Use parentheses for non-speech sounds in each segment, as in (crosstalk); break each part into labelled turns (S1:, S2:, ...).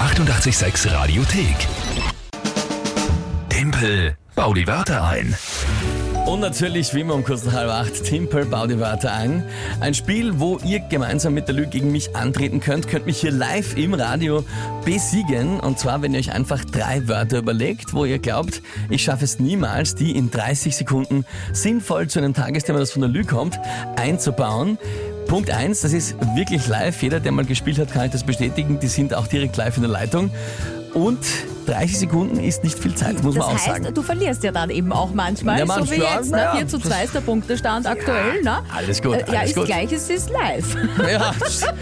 S1: 886 Radiothek. Tempel, bau die Wörter ein.
S2: Und natürlich, wie immer um kurz nach halb acht, Timpel, bau die Wörter ein. Ein Spiel, wo ihr gemeinsam mit der Lü gegen mich antreten könnt, könnt mich hier live im Radio besiegen. Und zwar, wenn ihr euch einfach drei Wörter überlegt, wo ihr glaubt, ich schaffe es niemals, die in 30 Sekunden sinnvoll zu einem Tagesthema, das von der Lü kommt, einzubauen. Punkt eins, das ist wirklich live. Jeder, der mal gespielt hat, kann ich das bestätigen. Die sind auch direkt live in der Leitung. Und 30 Sekunden ist nicht viel Zeit, muss
S3: das
S2: man auch
S3: heißt,
S2: sagen.
S3: du verlierst ja dann eben auch manchmal,
S2: Ja,
S3: so wie
S2: manchmal,
S3: jetzt.
S2: na ja,
S3: Ne? 4 zu 2 ist der Punktestand aktuell. Ne?
S2: alles gut,
S3: ja,
S2: alles
S3: ist
S2: gut.
S3: gleich, es
S2: (laughs)
S3: ist live.
S2: Ja, st-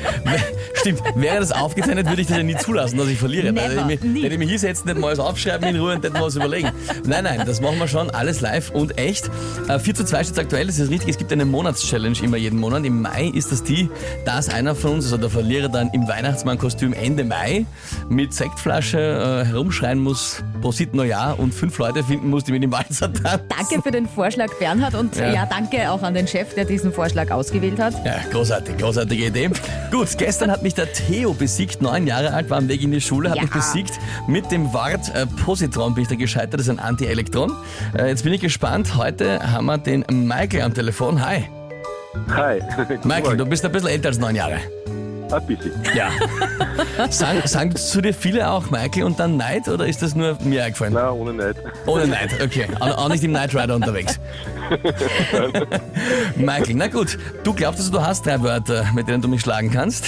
S2: stimmt. Wäre das aufgezeichnet, würde ich das ja nie zulassen, dass ich verliere.
S3: Never,
S2: Weil ich
S3: nie.
S2: mich, wenn ich mich hinsetze, nicht mal was aufschreiben in Ruhe und nicht mal was überlegen. Nein, nein, das machen wir schon. Alles live und echt. Äh, 4 zu 2 steht aktuell, das ist richtig. Es gibt eine Monatschallenge immer jeden Monat. Im Mai ist das die, dass einer von uns, also der Verlierer, dann im Weihnachtsmannkostüm Ende Mai mit Sektflasche äh, herumschreien muss, Prosit Neujahr und fünf Leute finden muss, die mit ihm Walzer tanzen.
S3: Danke für den Vorschlag, Bernhard. Und
S2: Ja.
S3: ja. danke auch an den Chef, der diesen Vorschlag ausgewählt hat.
S2: Ja, großartig, großartige Idee. Gut, gestern hat mich der Theo besiegt, neun Jahre alt, war am Weg in die Schule, hat
S3: Ja.
S2: mich besiegt mit dem Wort äh, Positron bin ich da gescheitert, das ist ein Antielektron. Äh, jetzt bin ich gespannt, heute haben wir den Michael am Telefon. Hi,
S4: Hi.
S2: Michael, du bist ein bisschen älter als neun Jahre.
S4: Ein bisschen.
S2: Ja. (laughs) sagen, sagen zu dir viele auch Michael und dann Neid oder ist das nur mir eingefallen?
S4: Nein, ohne Neid.
S2: Ohne Neid, okay. Auch, auch nicht im Night Rider
S4: (laughs)
S2: unterwegs. Michael, na gut, du glaubst, also, du hast drei Wörter, mit denen du mich schlagen kannst?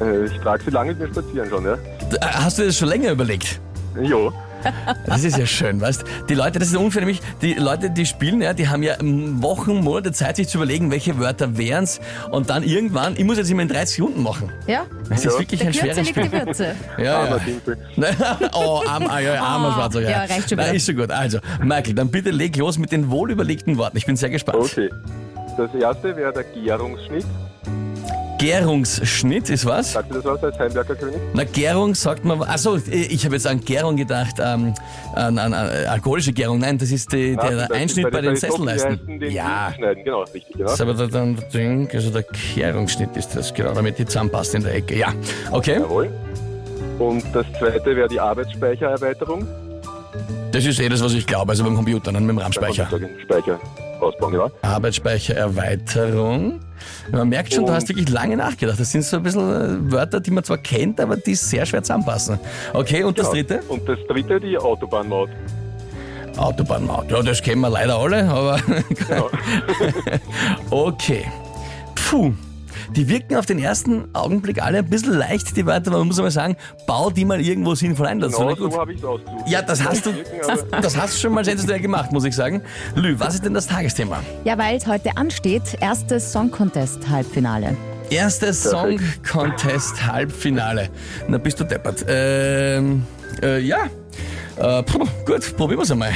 S4: Äh, Ich trage sie lange mit mir spazieren schon, ja?
S2: Hast du dir das schon länger überlegt?
S4: Jo.
S2: Das ist ja schön, weißt Die Leute, das ist unfair, nämlich die Leute, die spielen, ja, die haben ja ähm, Wochen, Monate Zeit, sich zu überlegen, welche Wörter wären's und dann irgendwann, ich muss jetzt immer in 30 Sekunden machen.
S3: Ja,
S2: Das ist
S4: Ja.
S2: wirklich
S3: der
S2: ein
S3: Kürze
S2: schweres
S3: liegt die
S2: Spiel. (laughs)
S3: Würze.
S2: Ja, ja.
S4: Armer Dimpel.
S2: (laughs) oh, arm, ah, ja, ja, armer
S3: Ah,
S2: Schwarzer, ja.
S3: ja, reicht schon
S2: Na,
S3: wieder.
S2: ist schon gut. Also, Michael, dann bitte leg los mit den wohlüberlegten Worten. Ich bin sehr gespannt.
S4: Okay. Das erste wäre der Gärungsschnitt.
S2: Gärungsschnitt ist was?
S4: Sagt ihr das was als Heimwerkerkönig?
S2: Na, Gärung sagt man. Achso, ich habe jetzt an Gärung gedacht, ähm, an, an, an alkoholische Gärung. Nein, das ist die,
S4: Nein,
S2: der
S4: das ist
S2: Einschnitt bei den Sesselleisten.
S4: Doppelleisten, Den
S2: Ja,
S4: ja. Schneiden. Genau, richtig, genau.
S2: das ist aber der- dann der Ding, also der Gärungsschnitt ist das, genau, damit die zusammenpasst in der Ecke. Ja, okay,
S4: Jawohl. Und das zweite wäre die Arbeitsspeichererweiterung.
S2: das ist eh das, was ich glaube, also beim Computer, dann mit dem RAM-Speicher.
S4: Den Speicher ausbauen, genau.
S2: Arbeitsspeichererweiterung. Man merkt schon, du
S4: Und-
S2: hast wirklich lange nachgedacht. Das sind so ein bisschen äh, Wörter, die man zwar kennt, aber die sehr schwer zusammenpassen. Okay, und das
S4: Genau.
S2: dritte?
S4: Und das dritte,
S2: (laughs)
S4: die Autobahnmaut.
S2: Autobahnmaut. Ja, das kennen wir leider alle, aber. (laughs)
S4: Genau.
S2: okay. Puh. Die wirken auf den ersten Augenblick alle ein bisschen leicht, die Wörter, aber man muss einmal sagen, bau die mal irgendwo sinnvoll ein. Das ist
S4: Genau
S2: nicht gut.
S4: so habe ich es ausgesucht.
S2: Ja, das hast du,
S4: Wirken, aber-
S2: das hast du schon mal sensationell gemacht, muss ich sagen. Lü, was ist denn das Tagesthema?
S3: Ja, weil es heute ansteht, erstes Song Contest Halbfinale.
S2: Erstes Song Contest Halbfinale. Na, bist du deppert. Ähm, äh, ja. Äh, puh, gut, probieren wir es einmal.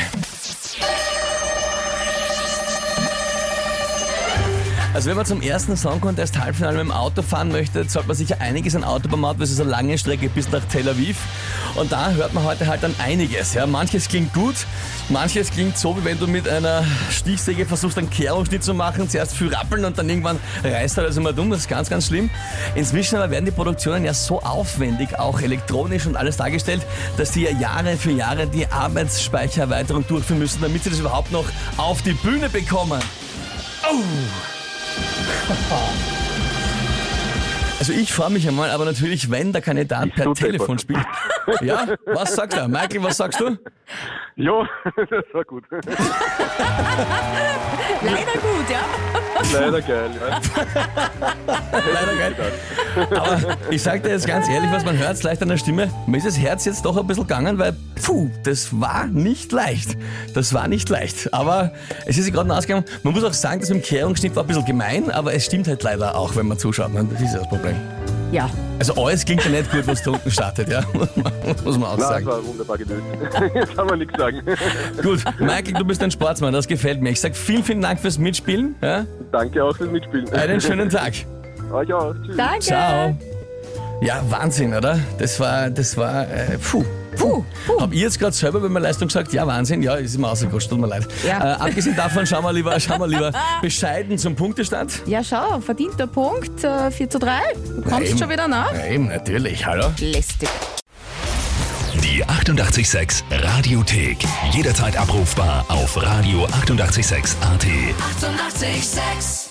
S2: Also wenn man zum ersten Song Contest Halbfinale mit dem Auto fahren möchte, zahlt man sicher einiges an Autobahnmaut, weil es ist eine lange Strecke bis nach Tel Aviv. Und da hört man heute halt dann einiges. Ja. Manches klingt gut, manches klingt so, wie wenn du mit einer Stichsäge versuchst, einen Kehrungsschnitt zu machen, zuerst viel rappeln und dann irgendwann reißt er also mal dumm. Das ist ganz, ganz schlimm. Inzwischen aber werden die Produktionen ja so aufwendig, auch elektronisch und alles dargestellt, dass die ja Jahre für Jahre die Arbeitsspeichererweiterung durchführen müssen, damit sie das überhaupt noch auf die Bühne bekommen. Also ich freue mich einmal, aber natürlich, wenn der Kandidat
S4: Ich eh
S2: per
S4: tu
S2: Telefon spielt. Ja, was sagt er? Michael, was sagst du?
S4: Jo, (laughs) das
S2: (laughs)
S4: war gut.
S3: Leider gut, ja?
S4: Leider geil, ja.
S2: Leider geil. Aber ich sage dir jetzt ganz ehrlich, was man hört, leicht an der Stimme. Mir ist das Herz jetzt doch ein bisschen gegangen, weil, puh, das war nicht leicht. Das war nicht leicht. Aber es ist gerade ausgegangen. Man muss auch sagen, das mit dem Kehrungsschnitt war ein bisschen gemein, aber es stimmt halt leider auch, wenn man zuschaut. ne? Das ist ja das Problem.
S3: Ja.
S2: Also alles klingt ja nicht gut, was da unten startet, ja. (laughs) Muss man auch
S4: Nein, das
S2: sagen.
S4: war wunderbar gelöst. (laughs) Jetzt kann man nichts sagen. (laughs)
S2: Gut, Michael, du bist ein Sportsmann, das gefällt mir. Ich sag vielen, vielen Dank fürs Mitspielen. Ja?
S4: Danke auch fürs Mitspielen.
S2: Einen schönen Tag.
S4: Euch auch. Tschüss.
S3: Danke.
S2: Ciao. Ja, Wahnsinn, oder? Das war, das war, äh, puh. Puh, puh. Habt ihr jetzt gerade selber bei meiner Leistung gesagt, ja, Wahnsinn, ja, ist immer ausgerutscht, tut mir leid.
S3: Ja.
S2: Äh, abgesehen davon, schauen wir lieber, schauen wir
S3: (laughs)
S2: lieber bescheiden zum Punktestand.
S3: Ja, schau, verdienter Punkt, äh, 4 zu 3. Du kommst
S2: eben.
S3: schon wieder nach.
S2: Ja, eben, natürlich, hallo.
S3: Lästig.
S1: Die 886 Radiothek. Jederzeit abrufbar auf radio886.at. 886!
S5: 886